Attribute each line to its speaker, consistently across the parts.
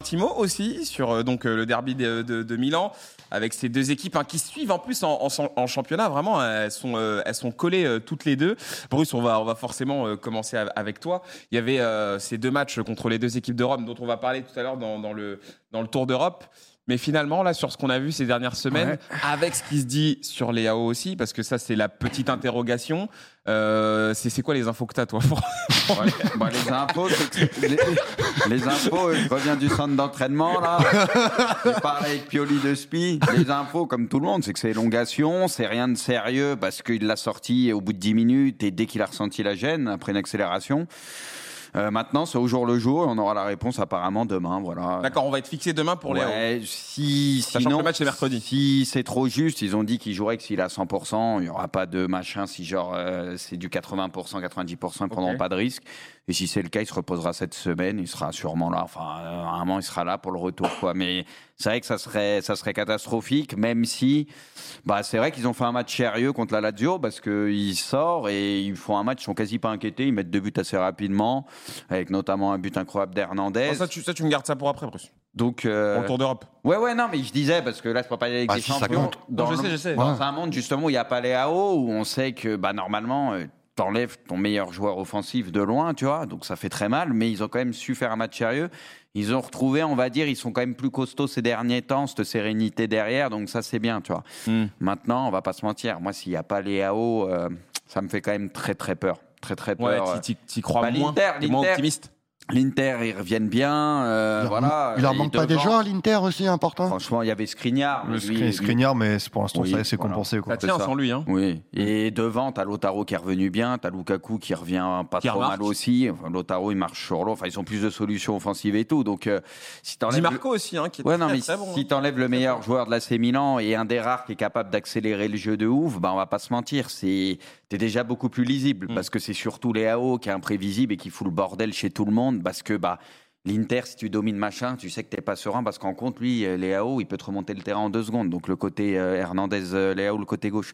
Speaker 1: Petit mot aussi sur euh, donc euh, le derby de, de- de Milan avec ces deux équipes hein, qui se suivent en plus en, en- en championnat vraiment euh, elles sont euh, elles sont collées euh, toutes les deux. Bruce on va on va forcément euh, commencer av- avec toi. Il y avait euh, ces deux matchs contre les deux équipes de Rome dont on va parler tout à l'heure dans, dans le dans le Tour d'Europe. Mais finalement, là, sur ce qu'on a vu ces dernières semaines,
Speaker 2: Ouais.
Speaker 1: avec ce qui se dit sur les AO aussi, parce que ça, c'est la petite interrogation. Euh, c'est c'est quoi les infos que t'as, toi pour-
Speaker 3: Ouais. Bah, les impôts, c'est- les, les infos, je reviens du centre d'entraînement là. J'ai parlé avec Pioli de Spi. Les infos, comme tout le monde, c'est que c'est élongation, c'est rien de sérieux parce qu'il l'a sorti au bout de 10 minutes et dès qu'il a ressenti la gêne après une accélération. Euh, maintenant, c'est au jour le jour. et On aura la réponse apparemment demain. Voilà.
Speaker 1: D'accord, on va être fixé demain pour les AO.
Speaker 3: Ouais, si,
Speaker 1: Sachant
Speaker 3: sinon,
Speaker 1: que le match est mercredi.
Speaker 3: Si c'est trop juste, ils ont dit qu'ils joueraient que s'il est à 100%, il n'y aura pas de machin. Si genre euh, c'est du 80%, 90%, ils ne prendront
Speaker 1: Ok.
Speaker 3: pas de risque. Et si c'est le cas, il se reposera cette semaine. Il sera sûrement là. Enfin, euh, à un moment, il sera là pour le retour. Quoi. Mais c'est vrai que ça serait, ça serait catastrophique, même si bah, c'est vrai qu'ils ont fait un match sérieux contre la Lazio parce qu'ils sortent et ils font un match, ils sont quasi pas inquiétés. Ils mettent deux buts assez rapidement, avec notamment un but incroyable d'Hernandez.
Speaker 1: Bon, Ah, ça, tu, ça, tu me gardes ça pour après, Bruce.
Speaker 3: Donc, euh,
Speaker 1: Pour le Tour d'Europe.
Speaker 3: Ouais, ouais, non, mais je disais, parce que là, c'est pas parler avec
Speaker 4: Ah,
Speaker 3: des
Speaker 4: si, ça
Speaker 3: champions.
Speaker 4: compte.
Speaker 3: Dans,
Speaker 1: Non, je
Speaker 3: le-
Speaker 1: sais, je sais.
Speaker 3: dans
Speaker 4: Ouais.
Speaker 3: un monde, justement, où il n'y a pas les AO, où on sait que, bah, normalement, euh, t'enlèves ton meilleur joueur offensif de loin, tu vois, donc ça fait très mal, mais ils ont quand même su faire un match sérieux. Ils ont retrouvé, on va dire, ils sont quand même plus costauds ces derniers temps, cette sérénité derrière, donc ça, c'est bien, tu vois.
Speaker 1: Hmm.
Speaker 3: Maintenant, on va pas se mentir, moi, s'il n'y a pas les AO, euh, ça me fait quand même très, très peur. Très, très
Speaker 1: Ouais,
Speaker 3: peur.
Speaker 1: t'y- t'y- t'y crois
Speaker 3: Bah,
Speaker 1: moins.
Speaker 3: l'Inter,
Speaker 1: T'es moins
Speaker 3: l'Inter.
Speaker 1: optimiste.
Speaker 3: L'Inter, ils reviennent bien, euh,
Speaker 4: Il leur-
Speaker 3: voilà.
Speaker 4: il leur
Speaker 3: Et
Speaker 4: manque pas des
Speaker 3: devant,
Speaker 4: joueurs, hein. l'Inter aussi, important.
Speaker 3: Franchement, il y avait Skriniar.
Speaker 4: Le
Speaker 3: mais lui-
Speaker 4: Skri- Skriniar, mais c'est- pour l'instant,
Speaker 3: Oui,
Speaker 4: ça c'est
Speaker 3: voilà.
Speaker 4: compensé. Quoi.
Speaker 1: Ça tient
Speaker 3: ça.
Speaker 1: sans lui. Hein.
Speaker 3: Oui. Et devant, t'as Lotaro qui est revenu bien, t'as Lukaku qui revient pas
Speaker 1: Qui
Speaker 3: trop
Speaker 1: remarque.
Speaker 3: mal aussi. Enfin, Lotaro, il marche sur l'eau. Enfin, ils ont plus de solutions offensives et tout. Donc, euh, si
Speaker 1: Di
Speaker 3: t'enlèves.
Speaker 1: Marco aussi, hein, qui est
Speaker 3: Ouais,
Speaker 1: très,
Speaker 3: non, mais
Speaker 1: très bon.
Speaker 3: si
Speaker 1: hein.
Speaker 3: t'enlèves le meilleur joueur de l'AC Milan et un des rares qui est capable d'accélérer le jeu de ouf, bah, on va pas se mentir. C'est, t'es déjà beaucoup plus lisible
Speaker 1: Mm.
Speaker 3: parce que c'est surtout les AO qui est imprévisible et qui fout le bordel chez tout le monde parce que, bah, L'Inter, si tu domines machin, tu sais que t'es pas serein parce qu'en compte, lui, euh, Léao, il peut te remonter le terrain en deux secondes. Donc le côté euh, Hernandez-Léao, le côté gauche.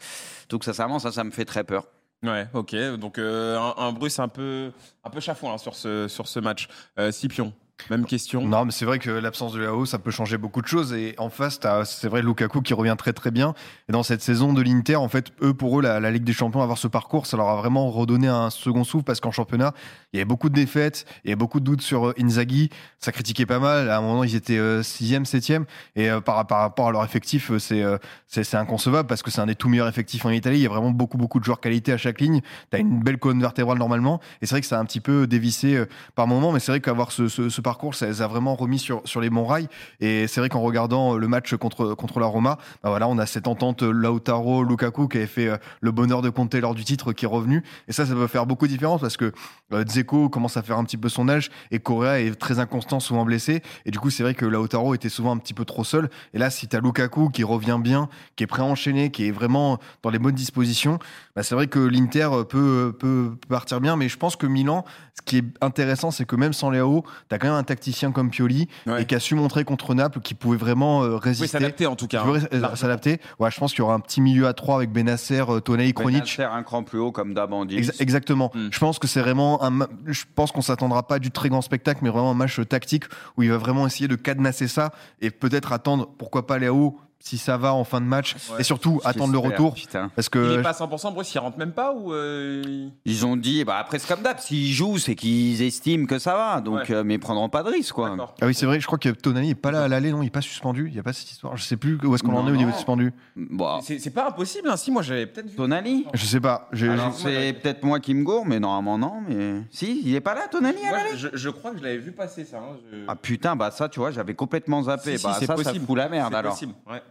Speaker 3: Donc sincèrement, ça, ça me fait très peur.
Speaker 1: Ouais, ok. Donc euh, un, un Bruce un peu, un peu chafouin hein, sur, ce, sur ce match. Euh, Scipion, même question.
Speaker 4: Non, mais c'est vrai que l'absence de Lao, ça peut changer beaucoup de choses. Et en face, t'as- c'est vrai Lukaku qui revient très très bien. Et dans cette saison de l'Inter, en fait, eux, pour eux, la, la Ligue des Champions, avoir ce parcours, ça leur a vraiment redonné un second souffle parce qu'en championnat, il y avait beaucoup de défaites, il y avait beaucoup de doutes sur euh, Inzaghi. Ça critiquait pas mal. À un moment, ils étaient 6e, 7e. Et euh, par, par rapport à leur effectif, euh, c'est euh, c'est c'est inconcevable parce que c'est un des tout meilleurs effectifs en Italie. Il y a vraiment beaucoup beaucoup de joueurs qualité à chaque ligne. T'as une belle colonne vertébrale normalement. Et c'est vrai que ça a un petit peu dévissé euh, par moment, mais c'est vrai qu'avoir ce, ce- ce parcours, ça les a vraiment remis sur, sur les bons rails. Et c'est vrai qu'en regardant euh, le match contre, contre la Roma, bah voilà, on a cette entente euh, Lautaro, Lukaku qui avait fait euh, le bonheur de compter lors du titre qui est revenu. Et ça, ça peut faire beaucoup de différence parce que euh, Dzeko commence à faire un petit peu son âge et Correa est très inconstant, souvent blessé. Et du coup, c'est vrai que Lautaro était souvent un petit peu trop seul. Et là, si t'as Lukaku qui revient bien, qui est prêt à enchaîner, qui est vraiment dans les bonnes dispositions, bah, c'est vrai que l'Inter euh, peut, peut peut partir bien. Mais je pense que Milan ce qui est intéressant, c'est que même sans Léo, tu as quand même un tacticien comme Pioli
Speaker 1: Ouais.
Speaker 4: et qui a su montrer contre Naples qu'il pouvait vraiment euh,
Speaker 1: Oui,
Speaker 4: résister.
Speaker 1: s'adapter en tout
Speaker 4: Il
Speaker 1: cas.
Speaker 4: pouvait,
Speaker 1: hein.
Speaker 4: euh,
Speaker 1: Largement.
Speaker 4: s'adapter. Ouais, je pense qu'il y aura un petit milieu à 3 avec Benasser, euh, Tonei, Kronic.
Speaker 3: Benacer, un cran plus haut comme d'Abandis.
Speaker 4: Exa- exactement.
Speaker 1: Mm.
Speaker 4: Je pense que c'est vraiment un. ma- Je pense qu'on s'attendra pas à du très grand spectacle, mais vraiment un match euh, tactique où il va vraiment essayer de cadenasser ça et peut-être attendre, pourquoi pas Léo, si ça va en fin de match,
Speaker 1: Ouais.
Speaker 4: et surtout attendre le retour
Speaker 3: Putain.
Speaker 4: parce
Speaker 1: Il
Speaker 4: que
Speaker 1: est pas à 100%, Bruce, il rentre même pas ou. euh, il-
Speaker 3: Ils ont dit, bah après c'est comme d'hab, s'ils jouent, c'est qu'ils estiment que ça va, donc
Speaker 1: Ouais.
Speaker 3: euh, mais ils prendront pas de risque quoi.
Speaker 1: D'accord.
Speaker 4: ah oui c'est vrai. Je crois que Tonali est pas là à l'aller, non, il est pas suspendu. Il y a pas cette histoire. Je sais plus où est-ce qu'on en
Speaker 3: Non,
Speaker 4: est au niveau
Speaker 3: non.
Speaker 4: suspendu.
Speaker 3: Bon,
Speaker 1: C'est c'est pas impossible, hein. si moi j'avais peut-être vu.
Speaker 3: Tonali
Speaker 4: Je sais pas. j'ai-
Speaker 3: Alors,
Speaker 1: j'ai-
Speaker 3: c'est peut-être moi qui me gourre, mais normalement non. Mais si, il est pas là, Tonali à
Speaker 1: Moi,
Speaker 3: l'aller
Speaker 1: je, je crois que je l'avais vu passer ça. hein. Je-
Speaker 3: Ah putain, bah ça, tu vois, j'avais complètement
Speaker 1: Si,
Speaker 3: zappé.
Speaker 1: si,
Speaker 3: bah
Speaker 1: c'est
Speaker 3: ça,
Speaker 1: possible.
Speaker 3: ça fout la merde
Speaker 1: C'est
Speaker 3: alors.
Speaker 1: possible, ouais.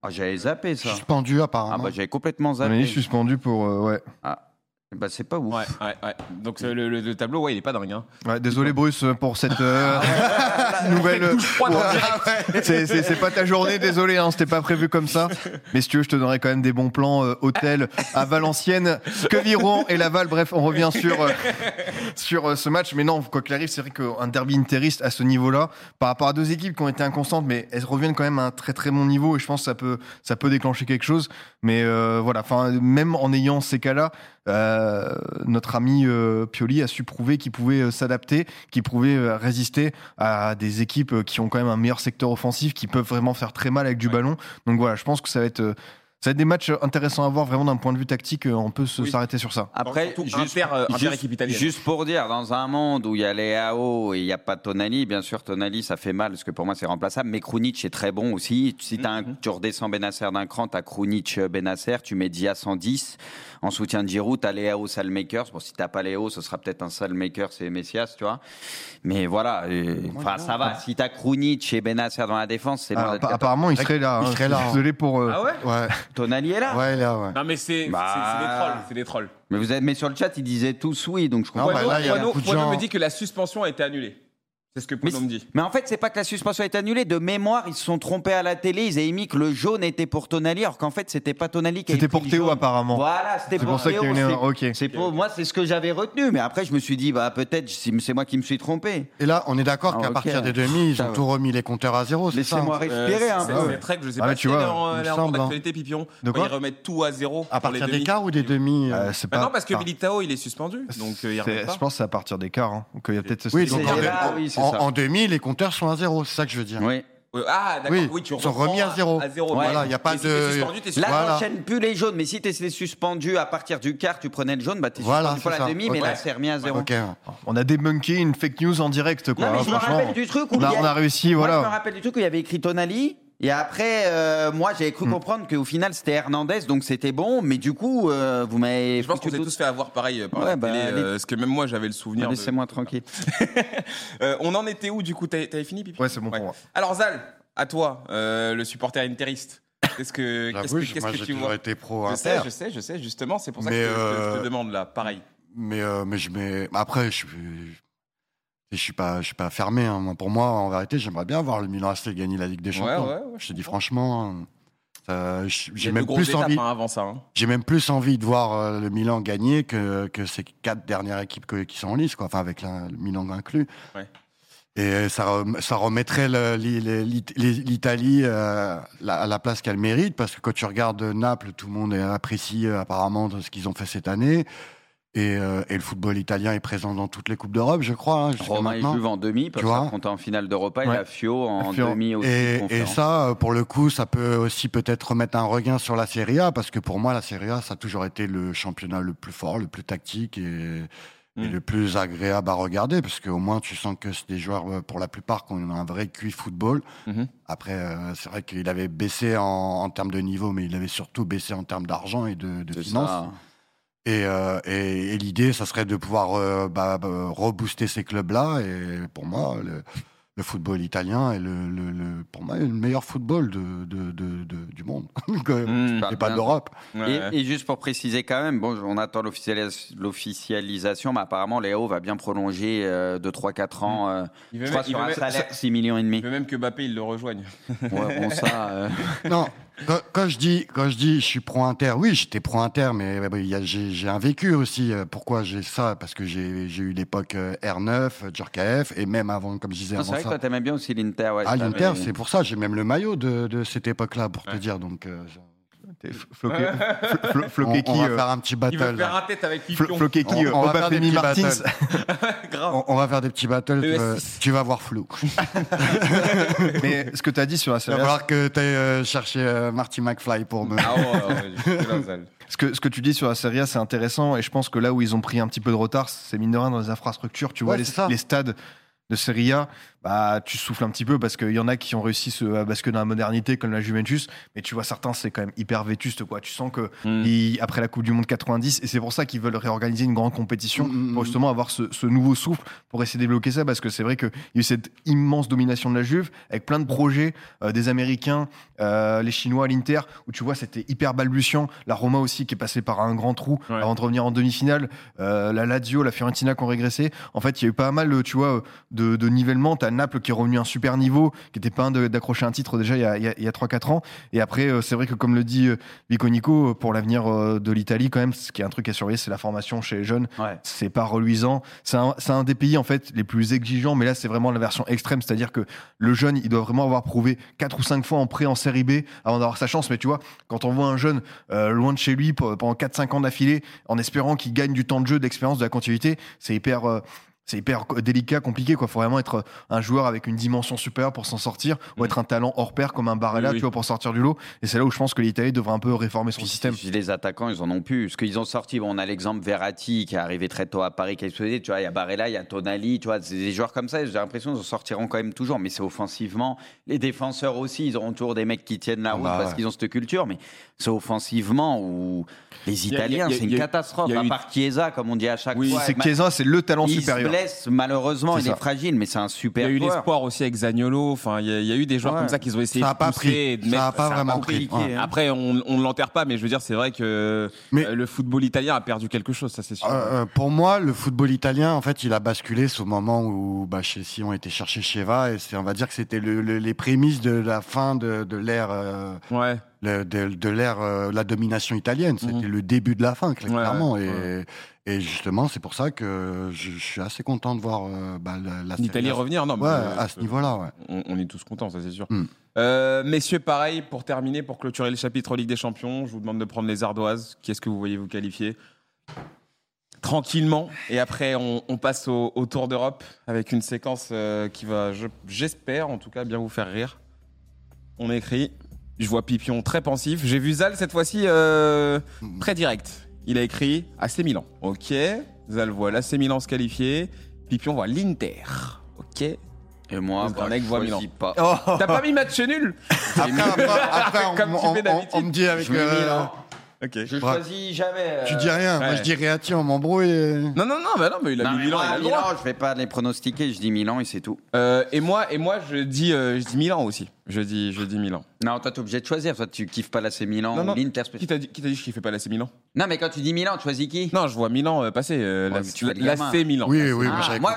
Speaker 3: Ah, j'avais zappé ça.
Speaker 4: Suspendu apparemment.
Speaker 3: Ah bah j'avais complètement
Speaker 4: On est
Speaker 3: zappé.
Speaker 4: suspendu pour euh, ouais.
Speaker 3: Bah c'est pas ouf.
Speaker 1: Ouais, ouais, ouais. Donc euh, le, le- le tableau, ouais, il est pas dingue. Hein.
Speaker 4: Ouais, désolé Bruce pour cette euh, nouvelle.
Speaker 1: froide en
Speaker 4: Ouais. C'est- C'est c'est pas ta journée, désolé, hein, c'était pas prévu comme ça. Mais si tu veux, je te donnerai quand même des bons plans euh, hôtel à Valenciennes, Queviron et Laval. Bref, on revient sur euh, sur euh, ce match. Mais non, quoi qu'il arrive, c'est vrai qu'un derby interiste à ce niveau-là, par rapport à deux équipes qui ont été inconstantes, mais elles reviennent quand même à un très très bon niveau. Et je pense que ça peut ça peut déclencher quelque chose. Mais euh, voilà, enfin même en ayant ces cas-là. euh, euh, notre ami euh, Pioli a su prouver qu'il pouvait euh, s'adapter, qu'il pouvait euh, résister à des équipes euh, qui ont quand même un meilleur secteur offensif, qui peuvent vraiment faire très mal avec du
Speaker 1: Ouais.
Speaker 4: ballon. Donc voilà, je pense que ça va être, euh, ça va être des matchs euh, intéressants à voir vraiment d'un point de vue tactique. euh, On peut se-
Speaker 1: Oui.
Speaker 4: s'arrêter sur ça.
Speaker 3: Après,
Speaker 1: Surtout
Speaker 3: juste,
Speaker 1: inter- euh,
Speaker 3: juste-
Speaker 1: inter-équipe italienne.
Speaker 3: juste pour dire, dans un monde où il y a les AO et il n'y a pas Tonali, bien sûr, Tonali, ça fait mal, parce que pour moi, c'est remplaçable. Mais Krunic est très bon aussi. Si t'as un- tu redescends Benasser d'un cran, t'as Krunic euh, Benasser, tu mets Dia 110. En soutien de Giroud, t'as Léao Salmakers. Bon, si t'as pas Léo, ce sera peut-être un Salmakers et Messias, tu vois. Mais voilà, euh, enfin, ça va. Si t'as Krunic et Benasser dans la défense,
Speaker 2: Ah,
Speaker 3: c'est
Speaker 4: Alors,
Speaker 3: bon. d'être
Speaker 4: Ah, appa-
Speaker 3: capable.
Speaker 4: apparemment, il serait là.
Speaker 2: Il
Speaker 4: hein. Je
Speaker 2: serait
Speaker 4: suis
Speaker 2: là, hein.
Speaker 4: Désolé pour. euh,
Speaker 1: Ah ouais
Speaker 2: Ouais,
Speaker 3: Tonali est là.
Speaker 2: ouais, là, ouais.
Speaker 1: Non, mais c'est c'est- c'est des
Speaker 3: Bah.
Speaker 1: trolls. C'est des trolls.
Speaker 3: Mais, vous avez, mais sur le chat, ils disaient tous oui, donc je comprends
Speaker 2: Non, bah,
Speaker 1: Poineau-
Speaker 2: là, il y a
Speaker 1: Poineau-
Speaker 2: beaucoup de
Speaker 1: Poineau
Speaker 2: gens.
Speaker 1: me dit que la suspension a été annulée. C'est ce que
Speaker 3: Mais,
Speaker 1: Pono me dit.
Speaker 3: mais en fait, c'est pas que la suspension est annulée. De mémoire, ils se sont trompés à la télé. Ils avaient mis que le jaune était pour Tonali, alors qu'en fait, c'était pas Tonali qui avait
Speaker 4: C'était
Speaker 3: pris
Speaker 4: pour
Speaker 3: le
Speaker 4: Théo,
Speaker 3: jaune.
Speaker 4: apparemment.
Speaker 3: Voilà, c'était
Speaker 4: C'est
Speaker 3: pour,
Speaker 4: pour ça qu'il y a
Speaker 3: Théo.
Speaker 4: une erreur.
Speaker 3: c'est-
Speaker 4: Ok.
Speaker 3: C'est pour moi, c'est ce que j'avais retenu. Mais après, je me suis dit, bah peut-être, si- c'est moi qui me suis trompé.
Speaker 2: Et là, on est d'accord
Speaker 3: Ah,
Speaker 2: qu'à
Speaker 3: ok.
Speaker 2: partir des demi, ils
Speaker 3: Ça
Speaker 2: ont
Speaker 3: va.
Speaker 2: tout remis les compteurs à zéro. c'est ça,
Speaker 3: Laissez-moi
Speaker 2: hein.
Speaker 3: respirer.
Speaker 1: Euh,
Speaker 3: hein.
Speaker 1: c'est-
Speaker 2: Ah
Speaker 1: c'est
Speaker 2: ouais.
Speaker 1: très que je sais
Speaker 4: Ah
Speaker 1: pas
Speaker 4: ouais,
Speaker 1: si
Speaker 4: tu
Speaker 1: elle
Speaker 4: vois,
Speaker 1: est en-
Speaker 2: il
Speaker 1: elle est en
Speaker 2: me semble, hein.
Speaker 1: d'actualité, Pipion.
Speaker 4: De
Speaker 1: Quand
Speaker 4: quoi
Speaker 1: Ils remettent tout à zéro.
Speaker 2: À
Speaker 1: pour les
Speaker 2: partir des
Speaker 1: demi.
Speaker 2: quarts ou des demi euh,
Speaker 4: Euh, c'est
Speaker 1: Bah non, parce que
Speaker 4: enfin,
Speaker 1: Militao, il est suspendu. Donc, euh, il
Speaker 4: c'est-
Speaker 1: remet pas.
Speaker 4: je pense que c'est à partir des quarts. hein, qu'il y a peut-être.
Speaker 2: Oui,
Speaker 4: cette-
Speaker 2: donc
Speaker 3: C'est-
Speaker 2: en,
Speaker 3: c'est là,
Speaker 2: en-
Speaker 3: oui, c'est
Speaker 2: en-
Speaker 3: ça.
Speaker 2: en demi, les compteurs sont à zéro, c'est ça que je veux dire.
Speaker 3: Oui.
Speaker 1: Euh, ah, d'accord.
Speaker 2: Oui,
Speaker 1: Oui, tu
Speaker 2: ils sont
Speaker 1: reprends
Speaker 2: remis à zéro.
Speaker 1: À zéro.
Speaker 3: Ouais.
Speaker 2: Voilà, il n'y a pas
Speaker 1: Et si t'es
Speaker 2: de.
Speaker 1: suspendu, t'es
Speaker 3: Là,
Speaker 1: suspendu.
Speaker 2: Voilà.
Speaker 3: t'enchaînes plus les jaunes. Mais si t'étais suspendu à partir du quart, tu prenais le jaune, bah t'es
Speaker 2: Voilà,
Speaker 3: suspendu pour
Speaker 2: c'est
Speaker 3: la
Speaker 2: ça.
Speaker 3: demi. Mais
Speaker 2: Ok.
Speaker 3: là, c'est remis à zéro.
Speaker 2: Ok.
Speaker 4: On a débunké une fake news en direct, quoi.
Speaker 3: Non, mais
Speaker 4: hein,
Speaker 3: je me rappelle
Speaker 4: franchement.
Speaker 3: du truc où
Speaker 4: On a,
Speaker 3: il y a-
Speaker 4: on a réussi,
Speaker 3: Moi, je me
Speaker 4: voilà.
Speaker 3: rappelle du truc où il y avait écrit Tonali. Et après, euh, moi, j'avais cru comprendre qu'au final, c'était Hernandez, donc c'était bon. Mais du coup, euh, vous m'avez.
Speaker 1: Je pense qu'on
Speaker 3: foutu
Speaker 1: s'est
Speaker 3: tout-
Speaker 1: tous fait avoir pareil euh, par
Speaker 3: Ouais,
Speaker 1: la
Speaker 3: bah,
Speaker 1: télé,
Speaker 3: allez.
Speaker 1: euh, parce que même moi j'avais le souvenir. de-
Speaker 3: Laissez-moi tranquille.
Speaker 1: Euh, on en était où du coup T'avais t'avais fini, Pipi
Speaker 4: Ouais, c'est bon pour moi.
Speaker 1: Alors Zal, à toi, euh, le supporter interiste. Qu'est-ce que qu'est-ce
Speaker 2: J'avoue,
Speaker 1: que,
Speaker 2: je-
Speaker 1: qu'est-ce
Speaker 2: moi
Speaker 1: que
Speaker 2: j'ai
Speaker 1: tu
Speaker 2: toujours
Speaker 1: vois
Speaker 2: été pro
Speaker 1: Je sais,
Speaker 2: inter,
Speaker 1: je sais, je sais. Justement, c'est pour ça que
Speaker 2: Mais,
Speaker 1: je te- je te- je
Speaker 2: euh,
Speaker 1: te demande là, pareil.
Speaker 2: mais euh, mais je mets. Après, je suis, je suis pas, je suis pas fermé. hein. Moi, Pour moi, en vérité, j'aimerais bien voir le Milan AC gagner la Ligue des Champions.
Speaker 1: ouais, ouais,
Speaker 2: je te dis franchement, euh, ça- j-
Speaker 1: Il y
Speaker 2: j'ai
Speaker 1: a
Speaker 2: même
Speaker 1: deux
Speaker 2: plus
Speaker 1: grosses étapes,
Speaker 2: envie.
Speaker 1: hein, avant ça. hein.
Speaker 2: J'ai même plus envie de voir euh, le Milan gagner que, que ces quatre dernières équipes que- qui sont en lice, quoi. Enfin, avec la- le Milan inclus.
Speaker 1: Ouais.
Speaker 2: Et ça, rem- ça remettrait le- li- les- l'It- les- l'Italie euh, la- à la place qu'elle mérite, parce que quand tu regardes Naples, tout le monde est- apprécie euh, apparemment de ce qu'ils ont fait cette année. Et, euh, et le football italien est présent dans toutes les Coupes d'europe, je crois, hein, jusqu'à
Speaker 3: Romain et
Speaker 2: maintenant.
Speaker 3: Juve en demi, parce
Speaker 2: Tu vois
Speaker 3: qu'on est en finale d'Europa. Et
Speaker 4: Ouais.
Speaker 3: la Fio en
Speaker 4: Fio.
Speaker 3: demi aussi. hein.
Speaker 2: Et, et
Speaker 3: conférence.
Speaker 2: ça, euh, pour le coup, ça peut aussi peut-être remettre un regain sur la Serie A, parce que pour moi, la Serie A, ça a toujours été le championnat le plus fort, le plus tactique et, et
Speaker 1: Mm.
Speaker 2: le plus agréable à regarder, parce qu'au moins, tu sens que c'est des joueurs, euh, pour la plupart, qui ont un vrai QI football.
Speaker 1: Mhm.
Speaker 3: Mm-hmm.
Speaker 2: Après, euh, c'est vrai qu'il avait baissé en, en termes de niveau, mais il avait surtout baissé en termes d'argent et de, de
Speaker 3: C'est
Speaker 2: finances.
Speaker 3: ça.
Speaker 2: Et, euh, et- et l'idée, ça serait de pouvoir euh, bah, bah, rebooster ces clubs-là. Et pour moi, le, le football italien est le, le- le- pour moi, est le meilleur football de, de- de- de- du monde. Donc, euh,
Speaker 3: Mmh,
Speaker 1: Mm.
Speaker 3: bah,
Speaker 2: Et pas d'Europe.
Speaker 1: Ouais,
Speaker 3: Et,
Speaker 1: ouais.
Speaker 3: et juste pour préciser quand même, bon, on attend l'officialis- l'officialisation, mais apparemment Léo va bien prolonger euh, de 3-4 ans, euh,
Speaker 1: Il
Speaker 3: je
Speaker 1: veut
Speaker 3: crois
Speaker 1: même- il
Speaker 3: sur
Speaker 1: veut
Speaker 3: un
Speaker 1: même-
Speaker 3: salaire 6 millions et demi.
Speaker 1: il veut même que Mbappé il le rejoigne.
Speaker 3: Ouais, bon ça, euh,
Speaker 2: Non, quand, quand je dis, quand je dis, je suis pro-inter. Oui, j'étais pro-inter, mais euh, bah, il y a- j'ai j'ai un vécu aussi. Euh, Pourquoi j'ai ça Parce que j'ai j'ai eu l'époque euh, R9, euh, Djorkaeff, et même avant, comme je disais
Speaker 3: non, c'est
Speaker 2: avant
Speaker 3: vrai que toi
Speaker 2: ça.
Speaker 3: t'aimais bien aussi l'Inter. Ouais,
Speaker 2: À
Speaker 3: je
Speaker 2: l'Inter,
Speaker 3: t'avais-
Speaker 2: c'est pour ça. J'ai même le maillot de, de cette époque-là, pour te
Speaker 1: Ouais.
Speaker 2: dire. Donc, euh, ça-
Speaker 4: T'es flo- floqué- flo- flo-
Speaker 2: on,
Speaker 4: Floqué
Speaker 2: on
Speaker 4: qui,
Speaker 2: va
Speaker 4: euh,
Speaker 2: faire un petit
Speaker 1: Il
Speaker 2: battle.
Speaker 1: veut
Speaker 2: là.
Speaker 1: faire un tête avec
Speaker 4: flo-
Speaker 1: Pipion.
Speaker 4: floqué qui, euh,
Speaker 2: On- on va faire des
Speaker 4: Obafemi
Speaker 2: petits
Speaker 4: Martins.
Speaker 2: battles.
Speaker 1: Grave.
Speaker 2: On, on va faire des petits battles. tu vas-
Speaker 1: ES6.
Speaker 2: tu vas voir flou.
Speaker 4: Mais ce que tu as dit sur la
Speaker 2: Il va
Speaker 4: Serie A,
Speaker 2: falloir que tu ailles chercher euh, Marty McFly pour me.
Speaker 1: Ah ouais, ouais, ouais, je- Zal.
Speaker 4: ce que, ce que tu dis sur la Serie A, c'est intéressant. Et je pense que là où ils ont pris un petit peu de retard, c'est mine de rien dans les infrastructures. Tu vois,
Speaker 2: Ouais,
Speaker 4: les,
Speaker 2: c'est ça.
Speaker 4: les stades de Serie A, bah, tu souffles un petit peu parce qu'il y en a qui ont réussi ce- à basculer dans la modernité comme la Juventus. Mais tu vois, certains, c'est quand même hyper vétuste. Quoi. Tu sens que
Speaker 1: Mm.
Speaker 4: ils- après la Coupe du Monde 90, et c'est pour ça qu'ils veulent réorganiser une grande compétition
Speaker 2: Mm, mm,
Speaker 4: pour
Speaker 2: mm.
Speaker 4: justement avoir ce, ce nouveau souffle pour essayer de débloquer ça. Parce que c'est vrai qu'il y a eu cette immense domination de la Juve avec plein de projets euh, des Américains euh, les Chinois à l'Inter, où tu vois, c'était hyper balbutiant. La Roma aussi, qui est passée par un grand trou
Speaker 1: Ouais.
Speaker 4: avant de revenir en demi-finale. Euh, la Lazio, la Fiorentina qui ont régressé. En fait, il y a eu pas mal, euh, tu vois, de, de nivellements. T'as Naples qui est revenu à un super niveau, qui était pas un de- d'accrocher un titre déjà il y a, il y a- il y a 3-4 ans. Et après, euh, c'est vrai que comme le dit euh, Viconico, pour l'avenir euh, de l'Italie, quand même, ce qui est un truc à surveiller, c'est la formation chez les jeunes
Speaker 3: Ouais.
Speaker 4: c'est pas reluisant. C'est un, c'est un des pays en fait les plus exigeants, mais là c'est vraiment la version extrême, c'est-à-dire que le jeune il doit vraiment avoir prouvé quatre ou cinq fois en pré en série B avant d'avoir sa chance. Mais tu vois, quand on voit un jeune euh, loin de chez lui pe- pendant 4-5 ans d'affilée, en espérant qu'il gagne du temps de jeu, de l'expérience, de la continuité, c'est hyper. euh, c'est hyper co- délicat, compliqué. Il faut vraiment être euh, un joueur avec une dimension supérieure pour s'en sortir, ou
Speaker 1: Mhm.
Speaker 4: être un talent hors pair comme un Barella,
Speaker 1: Oui, oui.
Speaker 4: tu vois, pour sortir du lot. Et c'est là où je pense que l'Italie devrait un peu réformer son
Speaker 3: Puis,
Speaker 4: système.
Speaker 3: puis les attaquants, ils en ont plus. Ce qu'ils ont sorti, bon, on a l'exemple Verratti qui est arrivé très tôt à Paris, qui a explosé. Tu vois, il y a Barella, il y a Tonali. Tu vois, c'est des joueurs comme ça. J'ai l'impression qu'ils en sortiront quand même toujours. Mais c'est offensivement. Les défenseurs aussi, ils auront toujours des mecs qui tiennent la route
Speaker 2: Bah
Speaker 3: parce
Speaker 2: ouais.
Speaker 3: qu'ils ont cette culture. Mais c'est offensivement où les
Speaker 1: Il y a- il y a-
Speaker 3: Italiens,
Speaker 1: il y a-
Speaker 3: c'est une
Speaker 1: il y a-
Speaker 3: catastrophe.
Speaker 1: il y a
Speaker 3: À
Speaker 1: eu-
Speaker 3: part Chiesa, comme on dit à chaque
Speaker 1: Oui,
Speaker 3: fois.
Speaker 4: c'est
Speaker 3: Ma-
Speaker 4: Chiesa, c'est le talent
Speaker 3: il se
Speaker 4: supérieur.
Speaker 3: blesse, malheureusement,
Speaker 4: C'est
Speaker 3: il
Speaker 4: ça.
Speaker 3: est fragile, mais c'est un
Speaker 1: Il y a
Speaker 3: super
Speaker 1: eu
Speaker 3: joueur.
Speaker 1: l'espoir aussi avec Zagnolo. Enfin, il y, a- il y a eu des joueurs
Speaker 3: Ouais.
Speaker 1: comme ça qui ont essayé
Speaker 2: Ça
Speaker 1: de
Speaker 2: a pas
Speaker 1: pousser
Speaker 2: pris.
Speaker 1: et de
Speaker 2: Ça
Speaker 1: mettre-
Speaker 2: a pas vraiment pris.
Speaker 3: compliqué, hein.
Speaker 1: Après, on on ne l'enterre pas, mais je veux dire, c'est vrai que
Speaker 2: Mais-
Speaker 1: euh, le football italien a perdu quelque chose, ça c'est sûr.
Speaker 2: Euh, euh, pour moi, le football italien, en fait, il a basculé au moment où bah, Chelsea ont été chercher Sheva. Et c'est- on va dire que c'était le- le- les prémices de la fin de, de l'ère, euh,
Speaker 1: Ouais.
Speaker 2: le- de, de l'ère, euh, la domination italienne. C'était
Speaker 1: Mhm.
Speaker 2: le début de la fin, cl-
Speaker 1: Ouais,
Speaker 2: clairement.
Speaker 1: ouais,
Speaker 2: et, et justement, c'est pour ça que je, je suis assez content de voir euh, bah, la, la Serie
Speaker 1: L'Italie
Speaker 2: A.
Speaker 1: revenir, non mais,
Speaker 2: Ouais,
Speaker 1: euh,
Speaker 2: à ce niveau-là, ouais.
Speaker 1: on, on est tous contents, ça c'est sûr.
Speaker 2: Hmm.
Speaker 1: Euh, messieurs, pareil, pour terminer, pour clôturer le chapitre Ligue des Champions, je vous demande de prendre les ardoises. Qui est-ce que vous voyez vous qualifier Tranquillement. Et après, on, on passe au, au Tour d'Europe avec une séquence euh, qui va, je- j'espère en tout cas, bien vous faire rire. On écrit. Je vois Pipion très pensif. J'ai vu Zal cette fois-ci euh,
Speaker 2: Hmm.
Speaker 1: très direct. Il a écrit AC Milan. Ok. Zal voit l'AC Milan se qualifier. Pipion voit l'Inter. Ok.
Speaker 3: Et moi,
Speaker 1: Le
Speaker 3: bah,
Speaker 1: mec
Speaker 3: je
Speaker 1: voit
Speaker 3: choisis
Speaker 1: Milan.
Speaker 3: pas.
Speaker 1: T'as pas mis match nul
Speaker 2: Après, après, après,
Speaker 1: Comme tu
Speaker 2: on, on-
Speaker 1: fais d'habitude.
Speaker 2: on- on me dit avec.
Speaker 3: Je mets
Speaker 2: euh,
Speaker 3: Milan.
Speaker 1: Ok.
Speaker 3: Je
Speaker 2: Bra-
Speaker 3: choisis jamais.
Speaker 2: tu
Speaker 3: euh,
Speaker 2: dis rien. Moi,
Speaker 1: hein. ouais.
Speaker 2: je dis Réati, on m'embrouille. et-
Speaker 1: Non, non, non, bah non, mais il a
Speaker 3: Non,
Speaker 1: mis
Speaker 3: mais
Speaker 1: Milan,
Speaker 3: moi,
Speaker 1: il a le
Speaker 3: Milan,
Speaker 1: droit.
Speaker 3: je vais pas les pronostiquer, je dis Milan et c'est tout.
Speaker 1: Euh, et moi, et moi, je dis, euh, je dis Milan aussi. Je dis, je dis Milan.
Speaker 3: Non, toi, t'es obligé de choisir. Toi, tu kiffes pas l'AC Milan
Speaker 1: Non, non.
Speaker 3: ou l'Inter.
Speaker 1: Qui t'a dit, qui t'a dit que je kiffais pas l'AC Milan
Speaker 3: Non, mais quand tu dis Milan, tu choisis qui
Speaker 1: Non, je vois Milan euh, passer. euh,
Speaker 3: Ouais,
Speaker 1: la-
Speaker 3: mais tu fais le
Speaker 1: L'AC
Speaker 3: gamin.
Speaker 1: Milan.
Speaker 2: Oui, oui,
Speaker 3: Ah,
Speaker 2: j'avais
Speaker 3: moi,